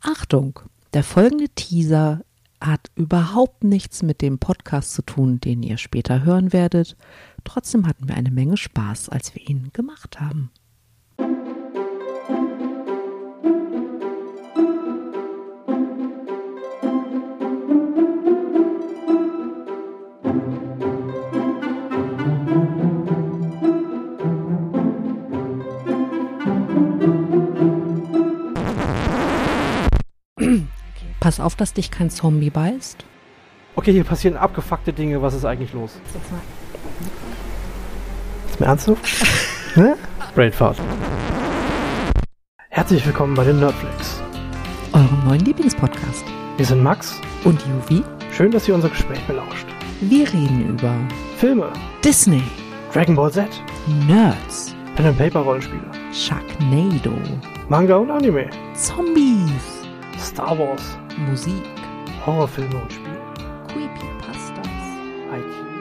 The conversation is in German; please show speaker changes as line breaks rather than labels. Achtung, der folgende Teaser hat überhaupt nichts mit dem Podcast zu tun, den ihr später hören werdet. Trotzdem hatten wir eine Menge Spaß, als wir ihn gemacht haben. Pass auf, dass dich kein Zombie beißt.
Okay, hier passieren abgefuckte Dinge. Was ist eigentlich los? Ist mir ernst so? ne? Brainfart. Herzlich willkommen bei den Nerdflix.
Euren neuen Lieblingspodcast.
Wir sind Max.
Und Juvi,
Schön, dass ihr unser Gespräch belauscht.
wir reden über
Filme,
Disney,
Dragon Ball Z,
Nerds,
Pen and Paper Rollenspiele,
Sharknado,
Manga und Anime,
Zombies,
Star Wars,
Musik,
Horrorfilme und Spiele,
Creepypastas,
IT.